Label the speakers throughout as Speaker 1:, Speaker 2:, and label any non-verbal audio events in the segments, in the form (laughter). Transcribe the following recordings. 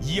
Speaker 1: 以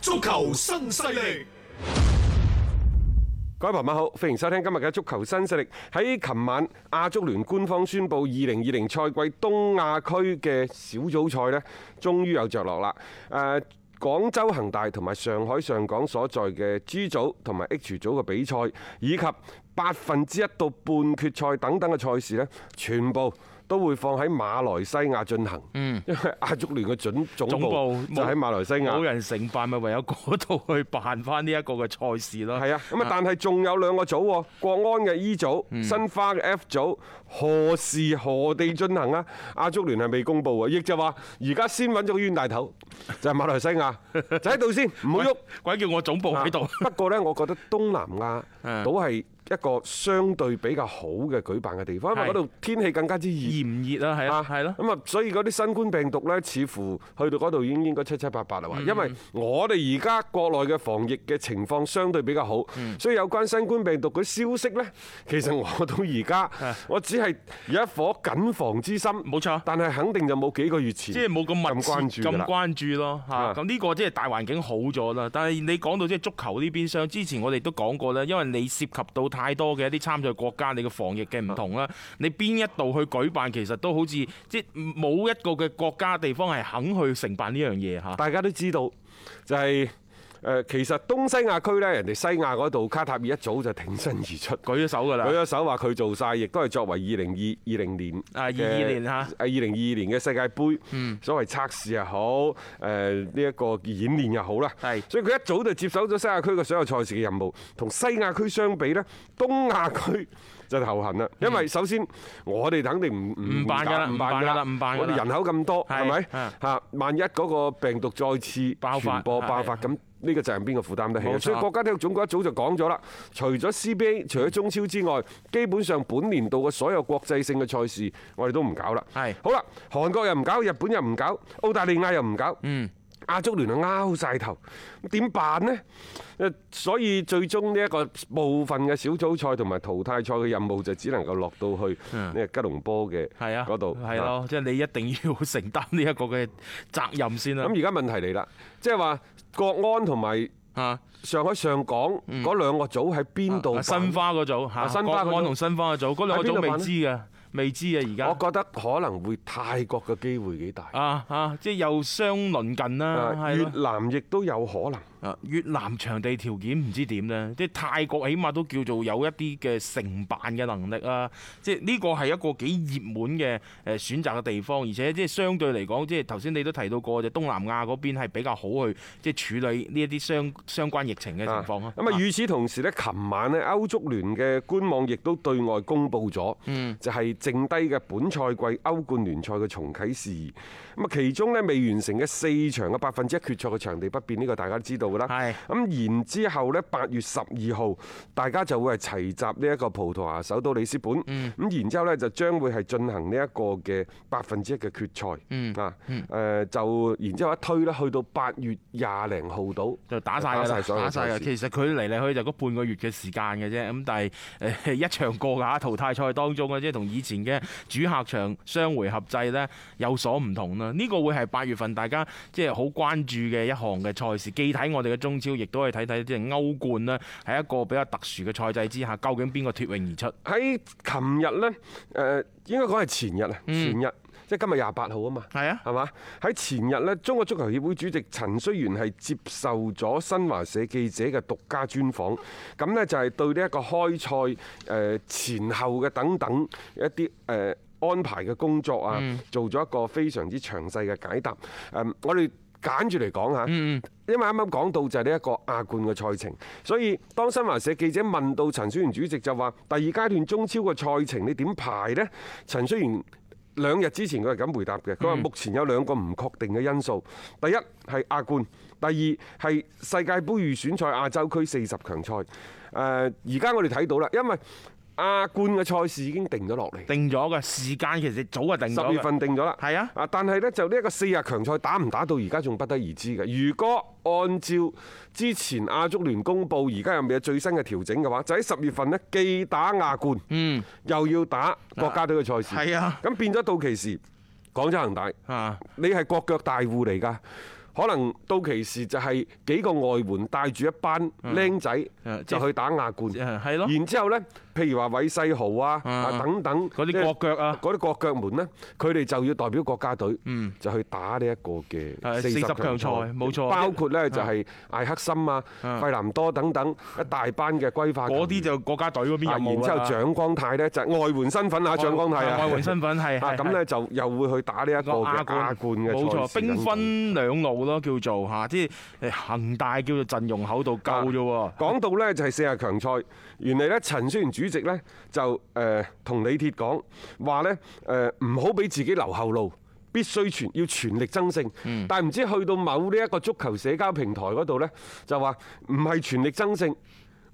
Speaker 1: 足球新勢力，
Speaker 2: 各位朋友好，歡迎收聽今日嘅足球新勢力。喺琴晚亞足聯官方宣布，二零二零賽季東亞區嘅小組賽呢，終於有着落啦。誒，廣州恒大同埋上海上港所在嘅 G 組同埋 H 組嘅比賽，以及百分之一到半決賽等等嘅賽事呢，全部都會放喺馬來西亞進行。嗯，因為亞足聯嘅準總
Speaker 3: 總部
Speaker 2: 部就喺馬來西亞。
Speaker 3: 冇人承辦，咪唯有嗰度去辦翻呢一個嘅賽事咯。
Speaker 2: 係啊，咁啊，但係仲有兩個組喎，國安嘅 E 組，
Speaker 3: 嗯
Speaker 2: 申花嘅 F 組，何時何地進行啊？亞足聯係未公布啊，亦就話而家先揾咗個冤大頭， (laughs) 就係馬來西
Speaker 3: (laughs)
Speaker 2: 亞，就喺度先，唔好
Speaker 3: 鬼
Speaker 2: 喐。啊
Speaker 3: 鬼叫我總部喺度。
Speaker 2: 不過呢，我覺得東
Speaker 3: (laughs)
Speaker 2: 南亞
Speaker 3: 嗯
Speaker 2: 倒係一個相對比較好嘅舉辦嘅地方，因為
Speaker 3: 係
Speaker 2: 嗰度天氣更加之熱。
Speaker 3: 熱唔熱啊？係啊，係咯。
Speaker 2: 咁啊，所以嗰啲新冠病毒呢，似乎去到嗰度已經應該七七八八啦
Speaker 3: 嗯
Speaker 2: 喎。因為我哋而家國內嘅防疫嘅情況相對比較好，
Speaker 3: 嗯
Speaker 2: 所以有關新冠病毒嘅消息呢，其實我到而家我只係有一顆謹防之心，
Speaker 3: 啊冇錯
Speaker 2: 但係肯定就冇幾個月前
Speaker 3: 即係冇咁密切
Speaker 2: 關注㗎
Speaker 3: 咁
Speaker 2: 啦。
Speaker 3: 關注咯
Speaker 2: 啊
Speaker 3: 嚇。咁呢個即係大環境好咗啦。但係你講到即係足球呢邊上，之前我哋都講過啦，因為你涉及到太多嘅一啲參賽國家，你嘅防疫嘅唔同啦，你邊一度去舉辦，其實都好似即係冇一個嘅國家地方係肯去承辦呢樣嘢嚇。
Speaker 2: 大家都知道，就係、誒，其實東西亞區呢，人哋西亞嗰度卡塔爾一早就挺身而出。
Speaker 3: 舉咗手㗎啦。
Speaker 2: 舉咗手話佢做晒，亦都係作為二零二二零年
Speaker 3: 啊22年嚇嗯
Speaker 2: 二零二二年嘅世界盃，所謂測試又好，誒呢一個演練又好啦，
Speaker 3: 係
Speaker 2: 所以佢一早就接手咗西亞區嘅所有賽事嘅任務。同西亞區相比呢，東亞區 (laughs) 就頭痕啦，因為首先我哋肯定唔
Speaker 3: 嗯唔辦㗎啦
Speaker 2: 唔
Speaker 3: 唔辦
Speaker 2: 辦㗎
Speaker 3: 㗎
Speaker 2: 啦，
Speaker 3: 啦唔辦㗎啦
Speaker 2: 我哋人口咁多，
Speaker 3: 係
Speaker 2: 係咪
Speaker 3: 啊
Speaker 2: 嚇？萬一嗰個病毒再次
Speaker 3: 爆發
Speaker 2: 傳播
Speaker 3: 係
Speaker 2: 爆發咁。呢個責任邊個負擔得起啊？
Speaker 3: 冇錯
Speaker 2: 所以國家體育總局一早就講咗啦，除咗 CBA、除咗中超之外，基本上本年度嘅所有國際性嘅賽事，我哋都唔搞啦。
Speaker 3: 係
Speaker 2: 好啦，韓國又唔搞，日本又唔搞，澳大利亞又唔搞。嗯。亞足聯啊，拗晒頭，咁點辦呢？誒所以最終呢一個部分嘅小組賽同埋淘汰賽嘅任務就只能夠落到去呢個吉隆坡嘅
Speaker 3: 係啊，
Speaker 2: 嗰度
Speaker 3: 係咯，即係你一定要承擔呢一個嘅責任先啦
Speaker 2: 咁。而家問題嚟啦，即係話國安同埋
Speaker 3: 啊，
Speaker 2: 上海上港嗰兩個組喺邊度辦？
Speaker 3: 申啊花嗰組嚇，
Speaker 2: 啊申
Speaker 3: 新
Speaker 2: 花嗰組
Speaker 3: 花安同申花嗰組，嗰兩個
Speaker 2: 喺邊度
Speaker 3: 組
Speaker 2: 辦
Speaker 3: 未
Speaker 2: 呢
Speaker 3: 知嘅，未知啊嘅而
Speaker 2: 我
Speaker 3: 家。
Speaker 2: 覺得可能會泰國嘅機會幾大，
Speaker 3: 啊啊！即係又相鄰近啦，
Speaker 2: 啊
Speaker 3: 係
Speaker 2: 越
Speaker 3: 咯
Speaker 2: 南亦都有可能。
Speaker 3: 啊越南場地條件唔知點呢？即係泰國起碼都叫做有一啲嘅承辦嘅能力啊！即係呢個係一個幾熱門嘅誒選擇嘅地方，而且即係相對嚟講，即係頭先你都提到過，就東南亞嗰邊係比較好去即係處理呢一啲相相關疫情嘅情況咯
Speaker 2: 啊咁啊，與此同時呢，琴晚呢，歐足聯嘅官網亦都對外公布咗，
Speaker 3: 嗯
Speaker 2: 就係剩低嘅本賽季歐冠聯賽嘅重啟事宜。咁啊，其中呢，未完成嘅四場嘅百分之一決賽嘅場地不變，呢個大家都知道㗎啦。
Speaker 3: 係
Speaker 2: 咁然之後呢，八月十二號，大家就會係齊集呢一個葡萄牙首都里斯本。
Speaker 3: 嗯
Speaker 2: 咁然之後呢，就將會係進行呢一個嘅百分之一嘅決
Speaker 3: 嗯
Speaker 2: 賽。啊，誒就然之後一推呢，去到八月廿零號到
Speaker 3: 就打晒㗎
Speaker 2: 打
Speaker 3: 啦，
Speaker 2: 晒所有
Speaker 3: 打晒
Speaker 2: 賽
Speaker 3: 㗎。
Speaker 2: 事
Speaker 3: 其實佢嚟嚟去就嗰半個月嘅時間嘅啫。咁但係誒一場過㗎淘汰賽當中嘅，即係同以前嘅主客場雙回合制呢有所唔同啦。呢個會係八月份大家即係好關注嘅一項嘅賽事。既睇我哋嘅中超，亦都係睇睇即係歐冠啦，喺一個比較特殊嘅賽制之下，究竟邊個脱穎而出？
Speaker 2: 喺琴日呢，誒應該講係前日啊，前日。即係今日廿八號啊嘛。
Speaker 3: 係啊
Speaker 2: 係嘛？喺前日呢，中國足球協會主席陳戌源係接受咗新華社記者嘅獨家專訪，咁呢，就係對呢一個開賽誒前後嘅等等一啲誒安排嘅工作啊，做咗一個非常之詳細嘅解答。誒，我哋揀住嚟講下，因為啱啱講到就係呢一個亞冠嘅賽程，所以當新華社記者問到陳戌源主席就話：第二階段中超嘅賽程你點排呢？陳戌源兩日之前佢係咁回答嘅，佢話目前有兩個唔確定嘅因素，第一係亞冠，第二係世界盃預選賽亞洲區四十強賽。誒，呃而家我哋睇到啦，因為亞冠嘅賽事已經定咗落嚟。
Speaker 3: 定咗嘅時間其實早就定咗嘅。
Speaker 2: 十月份定咗啦，
Speaker 3: 係啊
Speaker 2: 啊！但係呢，就呢一個四日強賽打唔打到而家仲不得而知嘅。如果按照之前亞足聯公布而家有未有最新嘅調整嘅話，就喺十月份呢，既打亞冠，嗯，又要打國家隊嘅賽事，
Speaker 3: 係啊
Speaker 2: 咁變咗到期時，廣州恒大，
Speaker 3: 啊，
Speaker 2: 你係國腳大戶嚟㗎。可能到期時就係幾個外援帶住一班僆仔
Speaker 3: 嗯
Speaker 2: 就去打亞冠，
Speaker 3: 誒係咯
Speaker 2: 然之後呢，譬如話韋世豪啊啊
Speaker 3: 嗯
Speaker 2: 等等
Speaker 3: 嗰
Speaker 2: 即係
Speaker 3: 啲國腳啊，嗯
Speaker 2: 嗰啲國腳們呢，佢哋就要代表國家隊，就去打呢一個嘅
Speaker 3: 係
Speaker 2: 四十
Speaker 3: 40強賽冇錯啊
Speaker 2: 包括呢就係艾克森啊、費南多等等一大班嘅歸化球員
Speaker 3: 嗰啲就國家隊嗰邊
Speaker 2: 啊，
Speaker 3: 有冇
Speaker 2: 然之後
Speaker 3: 啦
Speaker 2: 蔣光泰呢，就係外援身份啊，蔣光泰啊，
Speaker 3: 外援身份係
Speaker 2: 啊
Speaker 3: 係
Speaker 2: 咁呢就又會去打呢一個嘅亞冠嘅
Speaker 3: 冇錯，
Speaker 2: 賽事等
Speaker 3: 兵
Speaker 2: 等
Speaker 3: 分兩路咯，叫做嚇，即係誒恒大叫做陣容厚度夠啫喎。
Speaker 2: 講到呢就係四十強賽，原嚟呢，陳戌源主席呢，就誒同李鐵講話呢，誒唔好俾自己留後路。必須全要全力爭勝，但係唔知去到某呢一個足球社交平台嗰度呢，就話唔係全力爭勝，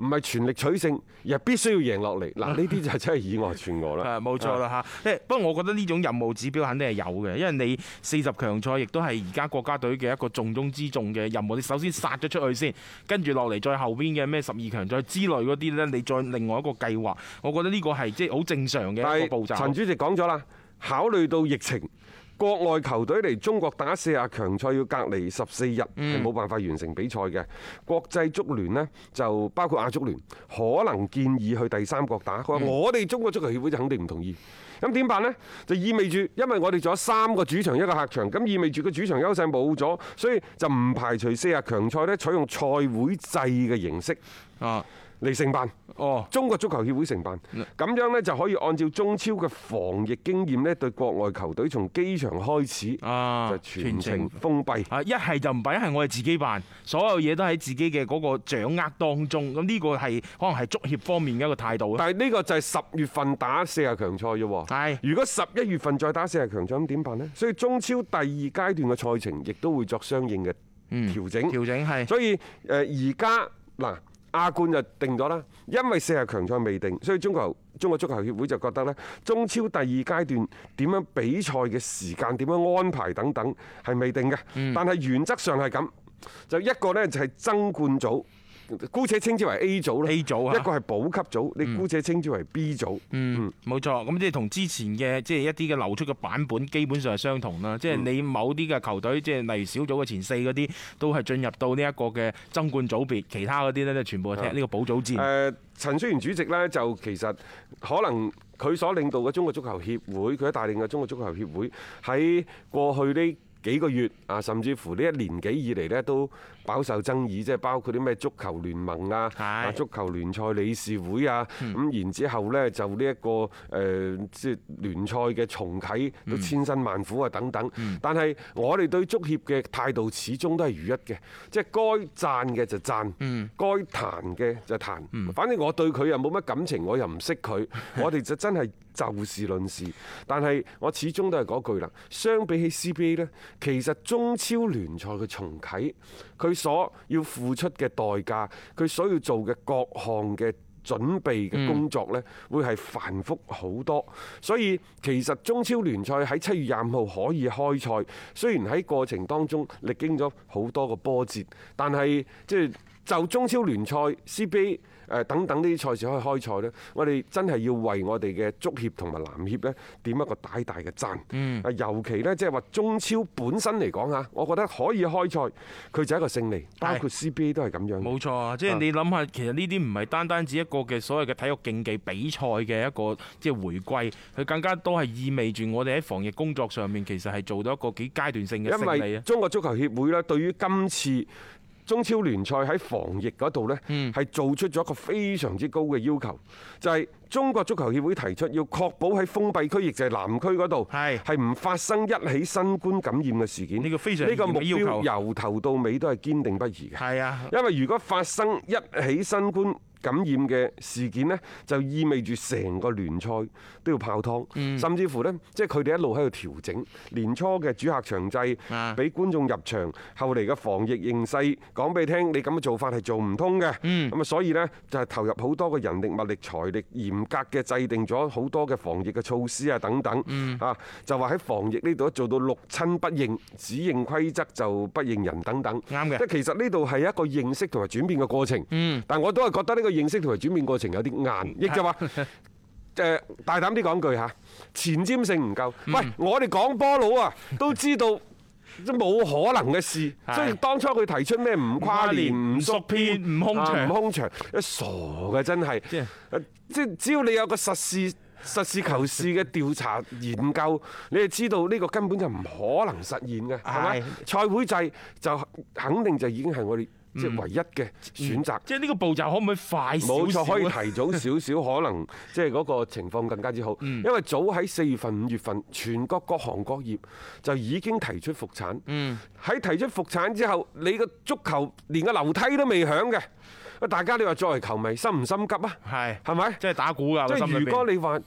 Speaker 2: 唔係全力取勝，而係必須要贏落嚟。嗱，呢啲就真係以外全我啦。
Speaker 3: 誒冇錯
Speaker 2: 啊
Speaker 3: 啦嚇，誒不過我覺得呢種任務指標肯定係有嘅，因為你四十強賽亦都係而家國家隊嘅一個重中之重嘅任務。你首先殺咗出去先，跟住落嚟再後邊嘅咩十二強賽之類嗰啲呢，你再另外一個計劃。我覺得呢個係即係好正常嘅
Speaker 2: 但
Speaker 3: 一個步
Speaker 2: 係陳
Speaker 3: 驟。
Speaker 2: 主席講咗啦，考慮到疫情，國外球隊嚟中國打四十強賽要隔離十四日，
Speaker 3: 嗯
Speaker 2: 係冇辦法完成比賽嘅。國際足聯呢，就包括亞足聯，可能建議去第三國打。佢話
Speaker 3: 嗯
Speaker 2: 我哋中國足球協會就肯定唔同意。咁點辦呢？就意味住，因為我哋仲有三個主場一個客場，咁意味住個主場優勢冇咗，所以就唔排除四十強賽呢採用賽會制嘅形式
Speaker 3: 啊，
Speaker 2: 嚟承辦。
Speaker 3: 哦，
Speaker 2: 中國足球協會承辦，咁樣呢就可以按照中超嘅防疫經驗呢，對國外球隊從機場開始
Speaker 3: 啊
Speaker 2: 就全程封閉。
Speaker 3: 啊！一係就唔辦，一係我哋自己辦，所有嘢都喺自己嘅嗰個掌握當中。咁呢個係可能係足協方面嘅一個態度啦。啊
Speaker 2: 但係呢個就係十月份打四十強賽啫喎。
Speaker 3: 係
Speaker 2: 如果十一月份再打四十強賽，咁點辦呢？所以中超第二階段嘅賽程亦都會作相應嘅調整。
Speaker 3: 調整係
Speaker 2: 所以誒而家嗱亞冠就定咗啦，因為四十強賽未定，所以中國中國足球協會就覺得呢中超第二階段點樣比賽嘅時間、點樣安排等等係未定嘅，
Speaker 3: 嗯
Speaker 2: 但係原則上係咁，就一個呢就係爭冠組。姑且稱之為 A 組啦
Speaker 3: A 組嚇
Speaker 2: 一個係保級組，你姑且稱之為 B 組。
Speaker 3: 嗯，冇錯，咁即係同之前嘅即係一啲嘅流出嘅版本基本上係相同啦。即係你某啲嘅球隊，即係例如小組嘅前四嗰啲，都係進入到呢一個嘅爭冠組別，其他嗰啲呢，就全部係踢呢個保組戰。
Speaker 2: 誒呃陳戌源主席呢，就其實可能佢所領導嘅中國足球協會，佢帶領嘅中國足球協會喺過去呢幾個月啊，甚至乎呢一年幾以嚟呢，都飽受爭議，即係包括啲咩足球聯盟啊、
Speaker 3: 係
Speaker 2: 啊足球聯賽理事會啊，咁然之後呢，就呢一個誒即係聯賽嘅重啟都千辛萬苦啊等等。但係我哋對足協嘅態度始終都係如一嘅，即係該讚嘅就讚，該彈嘅就彈。反正我對佢又冇乜感情，我又唔識佢，我哋就真係就事論事。但係我始終都係嗰句啦，相比起 CBA 呢，其實中超聯賽嘅重啟，佢所要付出嘅代價，佢所要做嘅各項嘅。準備嘅工作呢，會係繁複好多，所以其實中超聯賽喺七月廿五號可以開賽，雖然喺過程當中歷經咗好多個波折，但係即係就中超聯賽、CBA 誒等等呢啲賽事可以開賽呢，我哋真係要為我哋嘅足協同埋籃協呢點一個大大嘅讚。啊尤其呢，即係話中超本身嚟講啊嚇，我覺得可以開賽，佢就係一個勝利，包括 CBA 都係咁樣。
Speaker 3: 冇錯啊！即係你諗下，其實呢啲唔係單單只一個嘅所謂嘅體育競技比賽嘅一個即係回歸，佢更加多係意味住我哋喺防疫工作上面其實係做到一個幾階段性嘅
Speaker 2: 因
Speaker 3: 勝利
Speaker 2: 為
Speaker 3: 啊！
Speaker 2: 中國足球協會咧，對於今次中超聯賽喺防疫嗰度呢，
Speaker 3: 嗯
Speaker 2: 係做出咗一個非常之高嘅要求，就係中國足球協會提出要確保喺封閉區，亦就係南區嗰度，
Speaker 3: 係
Speaker 2: 係唔發生一起新冠感染嘅事件。
Speaker 3: 呢個非常
Speaker 2: 呢個
Speaker 3: 嚴
Speaker 2: 目
Speaker 3: 嘅要求
Speaker 2: 標由頭到尾都係堅定不移嘅。
Speaker 3: 係啊，
Speaker 2: (laughs) 因為如果發生一起新冠感染嘅事件呢，就意味住成個聯賽都要泡湯，甚至乎呢，即係佢哋一路喺度調整年初嘅主客場制
Speaker 3: 啊，
Speaker 2: 俾觀眾入場，後嚟嘅防疫形勢講俾你聽，你咁嘅做法係做唔通嘅。咁啊，所以呢，就係投入好多嘅人力、物力、財力，嚴格嘅制定咗好多嘅防疫嘅措施啊等等。
Speaker 3: 嗯
Speaker 2: 啊，就話喺防疫呢度做到六親不認，只認規則就不認人等等。
Speaker 3: 啱嘅嗯
Speaker 2: 即係其實呢度係一個認識同埋轉變嘅過程。但我都係覺得呢個認識同埋轉變過程有啲硬，亦
Speaker 3: (laughs)
Speaker 2: 就話。誒大膽啲講句嚇，前瞻性唔夠。
Speaker 3: 嗯
Speaker 2: 喂，我哋講波佬啊，都知道都冇可能嘅事，
Speaker 3: 係
Speaker 2: 所以當初佢提出咩唔跨年、
Speaker 3: 唔
Speaker 2: 唔
Speaker 3: 縮
Speaker 2: 縮
Speaker 3: 編
Speaker 2: 編、
Speaker 3: 唔空場
Speaker 2: 啊唔空場，傻嘅真係
Speaker 3: 即係。
Speaker 2: 誒即係只要你有個實事。實事求是嘅調查研究，你係知道呢個根本就唔可能實現嘅，係咪
Speaker 3: 係？
Speaker 2: 賽會制就肯定就已經係我哋即
Speaker 3: 嗯
Speaker 2: 係唯一嘅選擇。
Speaker 3: 即係呢個步驟可唔可以快少
Speaker 2: 冇
Speaker 3: 少
Speaker 2: 錯，可以
Speaker 3: 啊
Speaker 2: 提早少少，可
Speaker 3: (laughs)
Speaker 2: 能即係嗰個情況更加之好。
Speaker 3: 嗯
Speaker 2: 因為早喺四月份、五月份，全國各行各業就已經提出復產。
Speaker 3: 嗯
Speaker 2: 喺提出復產之後，你個足球連個樓梯都未響嘅，大家你話作為球迷心唔心急啊？
Speaker 3: 係
Speaker 2: 係咪？
Speaker 3: (laughs) 即係打鼓㗎，
Speaker 2: 即
Speaker 3: 個啊心
Speaker 2: 係
Speaker 3: 裏
Speaker 2: 如果
Speaker 3: 邊
Speaker 2: 你話誒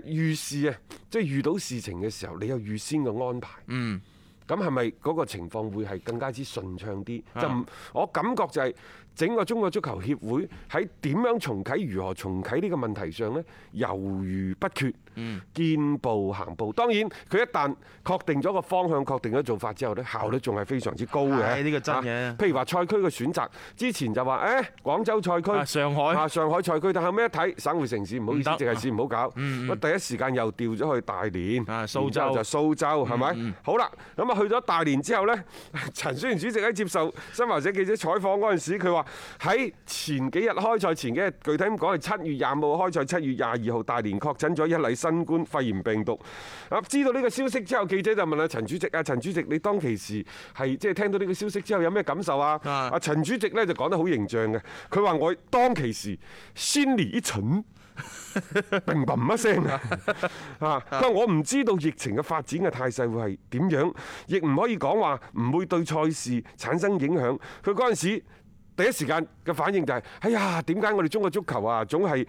Speaker 2: 預示啊，即係遇到事情嘅時候，你有預先嘅安排。嗯。咁係咪嗰個情況會係更加之順暢啲？
Speaker 3: 啊
Speaker 2: 就唔，我感覺就係整個中國足球協會喺點樣重啟、如何重啟呢個問題上呢，猶豫不決，
Speaker 3: 嗯
Speaker 2: 見步行步。當然，佢一旦確定咗個方向、確定咗做法之後呢，效率仲係非常之高
Speaker 3: 係
Speaker 2: 嘅。
Speaker 3: 呢個真嘅
Speaker 2: 啊譬如話賽區嘅選擇，之前就話誒廣州賽區
Speaker 3: 啊、上海
Speaker 2: 啊上海賽區，但後尾一睇省會城市唔好意思，
Speaker 3: 唔得嗯
Speaker 2: 淨係市唔好搞。乜第一時間又調咗去大連，
Speaker 3: 啊蘇州
Speaker 2: 嗯
Speaker 3: 嗯
Speaker 2: 然之後就蘇州係咪？好啦，咁啊去咗大連之後呢， (laughs) 陳戌源主席喺接受新華社記者採訪嗰陣時，佢話喺前幾日開賽前幾日，具體咁講係七月廿五號開賽，七月廿二號大連確診咗一例新冠肺炎病毒。啊，知道呢個消息之後，記者就問阿陳主席啊，陳主席你當其時係即係聽到呢個消息之後有咩感受啊？
Speaker 3: 啊
Speaker 2: 阿陳主席呢就講得好形象嘅，佢話我當其時先嚟一蠢。砰砰一聲啊！啊，佢話我唔知道疫情嘅發展嘅態勢會係點樣，亦唔可以講話唔會對賽事產生影響。佢嗰陣時第一時間嘅反應就係、哎呀，點解我哋中國足球啊，總係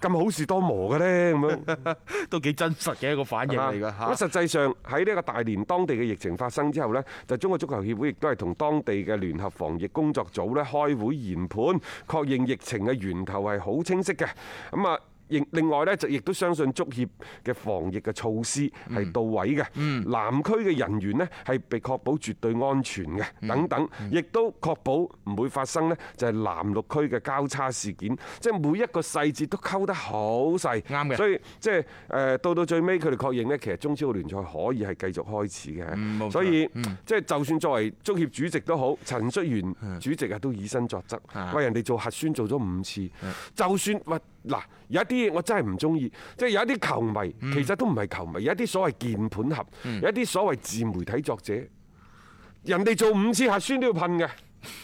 Speaker 2: 咁好事多磨嘅呢？咁樣。
Speaker 3: (laughs) 都幾真實嘅一個反應嚟㗎
Speaker 2: 啊咁
Speaker 3: 嚇。
Speaker 2: 實際上喺呢個大連當地嘅疫情發生之後呢，就中國足球協會亦都係同當地嘅聯合防疫工作組呢開會研判，確認疫情嘅源頭係好清晰嘅。咁啊。亦另外呢，就亦都相信足協嘅防疫嘅措施
Speaker 3: 嗯
Speaker 2: 係到位嘅，南區嘅人員呢，係被確保絕對安全嘅，
Speaker 3: 嗯
Speaker 2: 等等，亦都確保唔會發生呢，就係南六區嘅交叉事件，即係每一個細節都溝得好細，
Speaker 3: 啱嘅
Speaker 2: 所以即係誒到到最尾，佢哋確認呢，其實中超聯賽可以係繼續開始嘅。
Speaker 3: 嗯冇錯
Speaker 2: 所以即係就算作為足協主席都好，陳戌源主席啊都以身作則
Speaker 3: 嗯啊，嗯
Speaker 2: 喂人哋做核酸做咗五次，就算喂嗱有一啲嘢我真係唔中意，即係有一啲球迷
Speaker 3: 嗯
Speaker 2: 其實都唔係球迷，有一啲所謂鍵盤俠，有一啲所謂自媒體作者，人哋做五次核酸都要噴嘅，
Speaker 3: (laughs)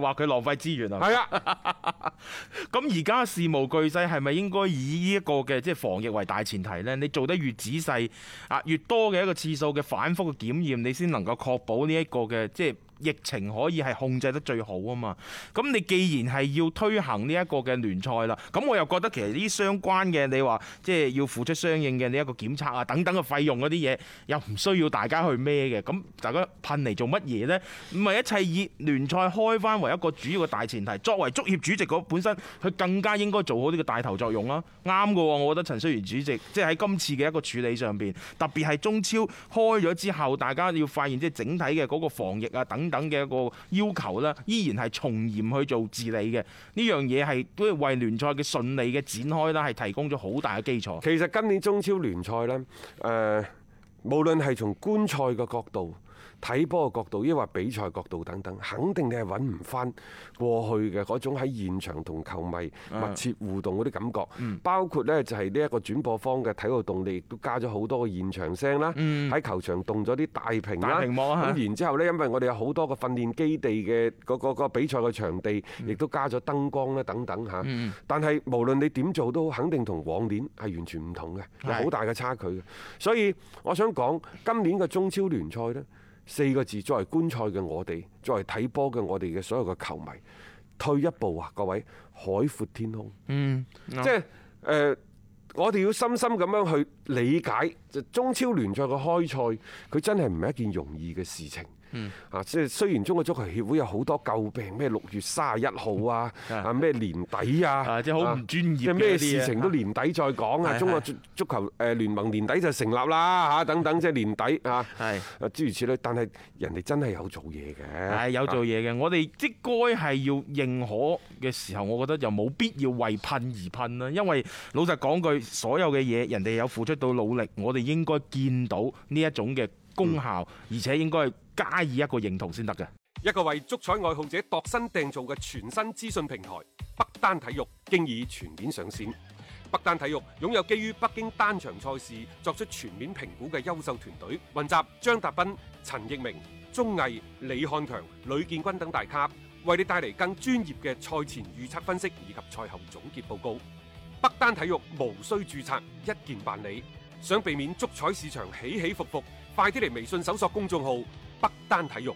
Speaker 3: 話佢浪費資源啊！
Speaker 2: 係啊。
Speaker 3: (laughs) 咁而家事無巨細，係咪應該以呢一個嘅即係防疫為大前提呢？你做得越仔細啊，越多嘅一個次數嘅反覆嘅檢驗，你先能夠確保呢一個嘅即係疫情可以係控制得最好啊嘛。咁你既然係要推行呢一個嘅聯賽啦，咁我又覺得其實呢啲相關嘅你話即係要付出相應嘅呢一個檢測啊等等嘅費用嗰啲嘢，又唔需要大家去孭嘅。咁大家噴嚟做乜嘢呢？唔係一切以聯賽開翻為一個主要嘅大前提。作為足協主席嗰本身，佢更加應該做好呢個帶頭作用啦。啱嘅喎，我覺得陳戌源主席即係喺今次嘅一個處理上邊，特別係中超開咗之後，大家要發現即係整體嘅嗰個防疫啊等等等嘅一個要求啦，依然係從嚴去做治理嘅。呢樣嘢係都為聯賽嘅順利嘅展開啦，係提供咗好大嘅基礎。
Speaker 2: 其實今年中超聯賽呢，誒、無論係從觀賽嘅角度、睇波嘅角度，抑或比賽角度等等，肯定你係揾唔翻過去嘅嗰種喺現場同球迷
Speaker 3: 嗯
Speaker 2: 密切互動嗰啲感覺。包括呢就係呢一個轉播方嘅體育動力，亦都加咗好多嘅現場聲啦，喺球場動咗啲大屏啦，
Speaker 3: 嗯大屏幕啊嚇
Speaker 2: 咁然之後呢，因為我哋有好多個訓練基地嘅嗰個個比賽嘅場地，
Speaker 3: 嗯
Speaker 2: 亦都加咗燈光啦等等嚇。但係無論你點做都好，肯定同往年係完全唔同嘅，有
Speaker 3: 係
Speaker 2: 好大嘅差距嘅。所以我想講今年嘅中超聯賽呢，四個字作為觀賽嘅我哋，作為睇波嘅我哋嘅所有嘅球迷，退一步啊，各位海闊天空。
Speaker 3: 嗯，
Speaker 2: 即係誒、呃我哋要深深咁樣去理解，就中超聯賽嘅開賽，佢真係唔係一件容易嘅事情。
Speaker 3: 嗯
Speaker 2: 啊！即係雖然中國足球協會有好多舊病，咩六月三十一
Speaker 3: (laughs)
Speaker 2: 號啊，啊咩年底啊，
Speaker 3: 啊即係好唔專業嘅
Speaker 2: 即係咩
Speaker 3: 嗰啲嘢
Speaker 2: 事情都年底再
Speaker 3: (laughs)
Speaker 2: 講啊！
Speaker 3: 係
Speaker 2: 中國足足球誒聯盟年底就成立啦嚇，等等即係年底啊，
Speaker 3: 係。
Speaker 2: 啊諸如此類。但係人哋真係有做嘢嘅，
Speaker 3: 係有
Speaker 2: 啊
Speaker 3: 做嘢嘅，我哋即該係要認可嘅時候，我覺得又冇必要為噴而噴啦。因為老實講句，所有嘅嘢人哋有付出到努力，我哋應該見到呢一種嘅功效，而且應該係加以一個認同先得嘅。
Speaker 2: 一個為足彩愛好者度身訂造嘅全新資訊平台北單體育，經已全面上線。北單體育擁有基於北京單場賽事作出全面評估嘅優秀團隊，雲集張達斌、陳奕明、鐘毅、李漢強、呂建軍等大咖，為你帶嚟更專業嘅賽前預測分析以及賽後總結報告。北單體育無需註冊，一鍵辦理。想避免足彩市場起起伏伏，快啲嚟微信搜索公眾號北單體育。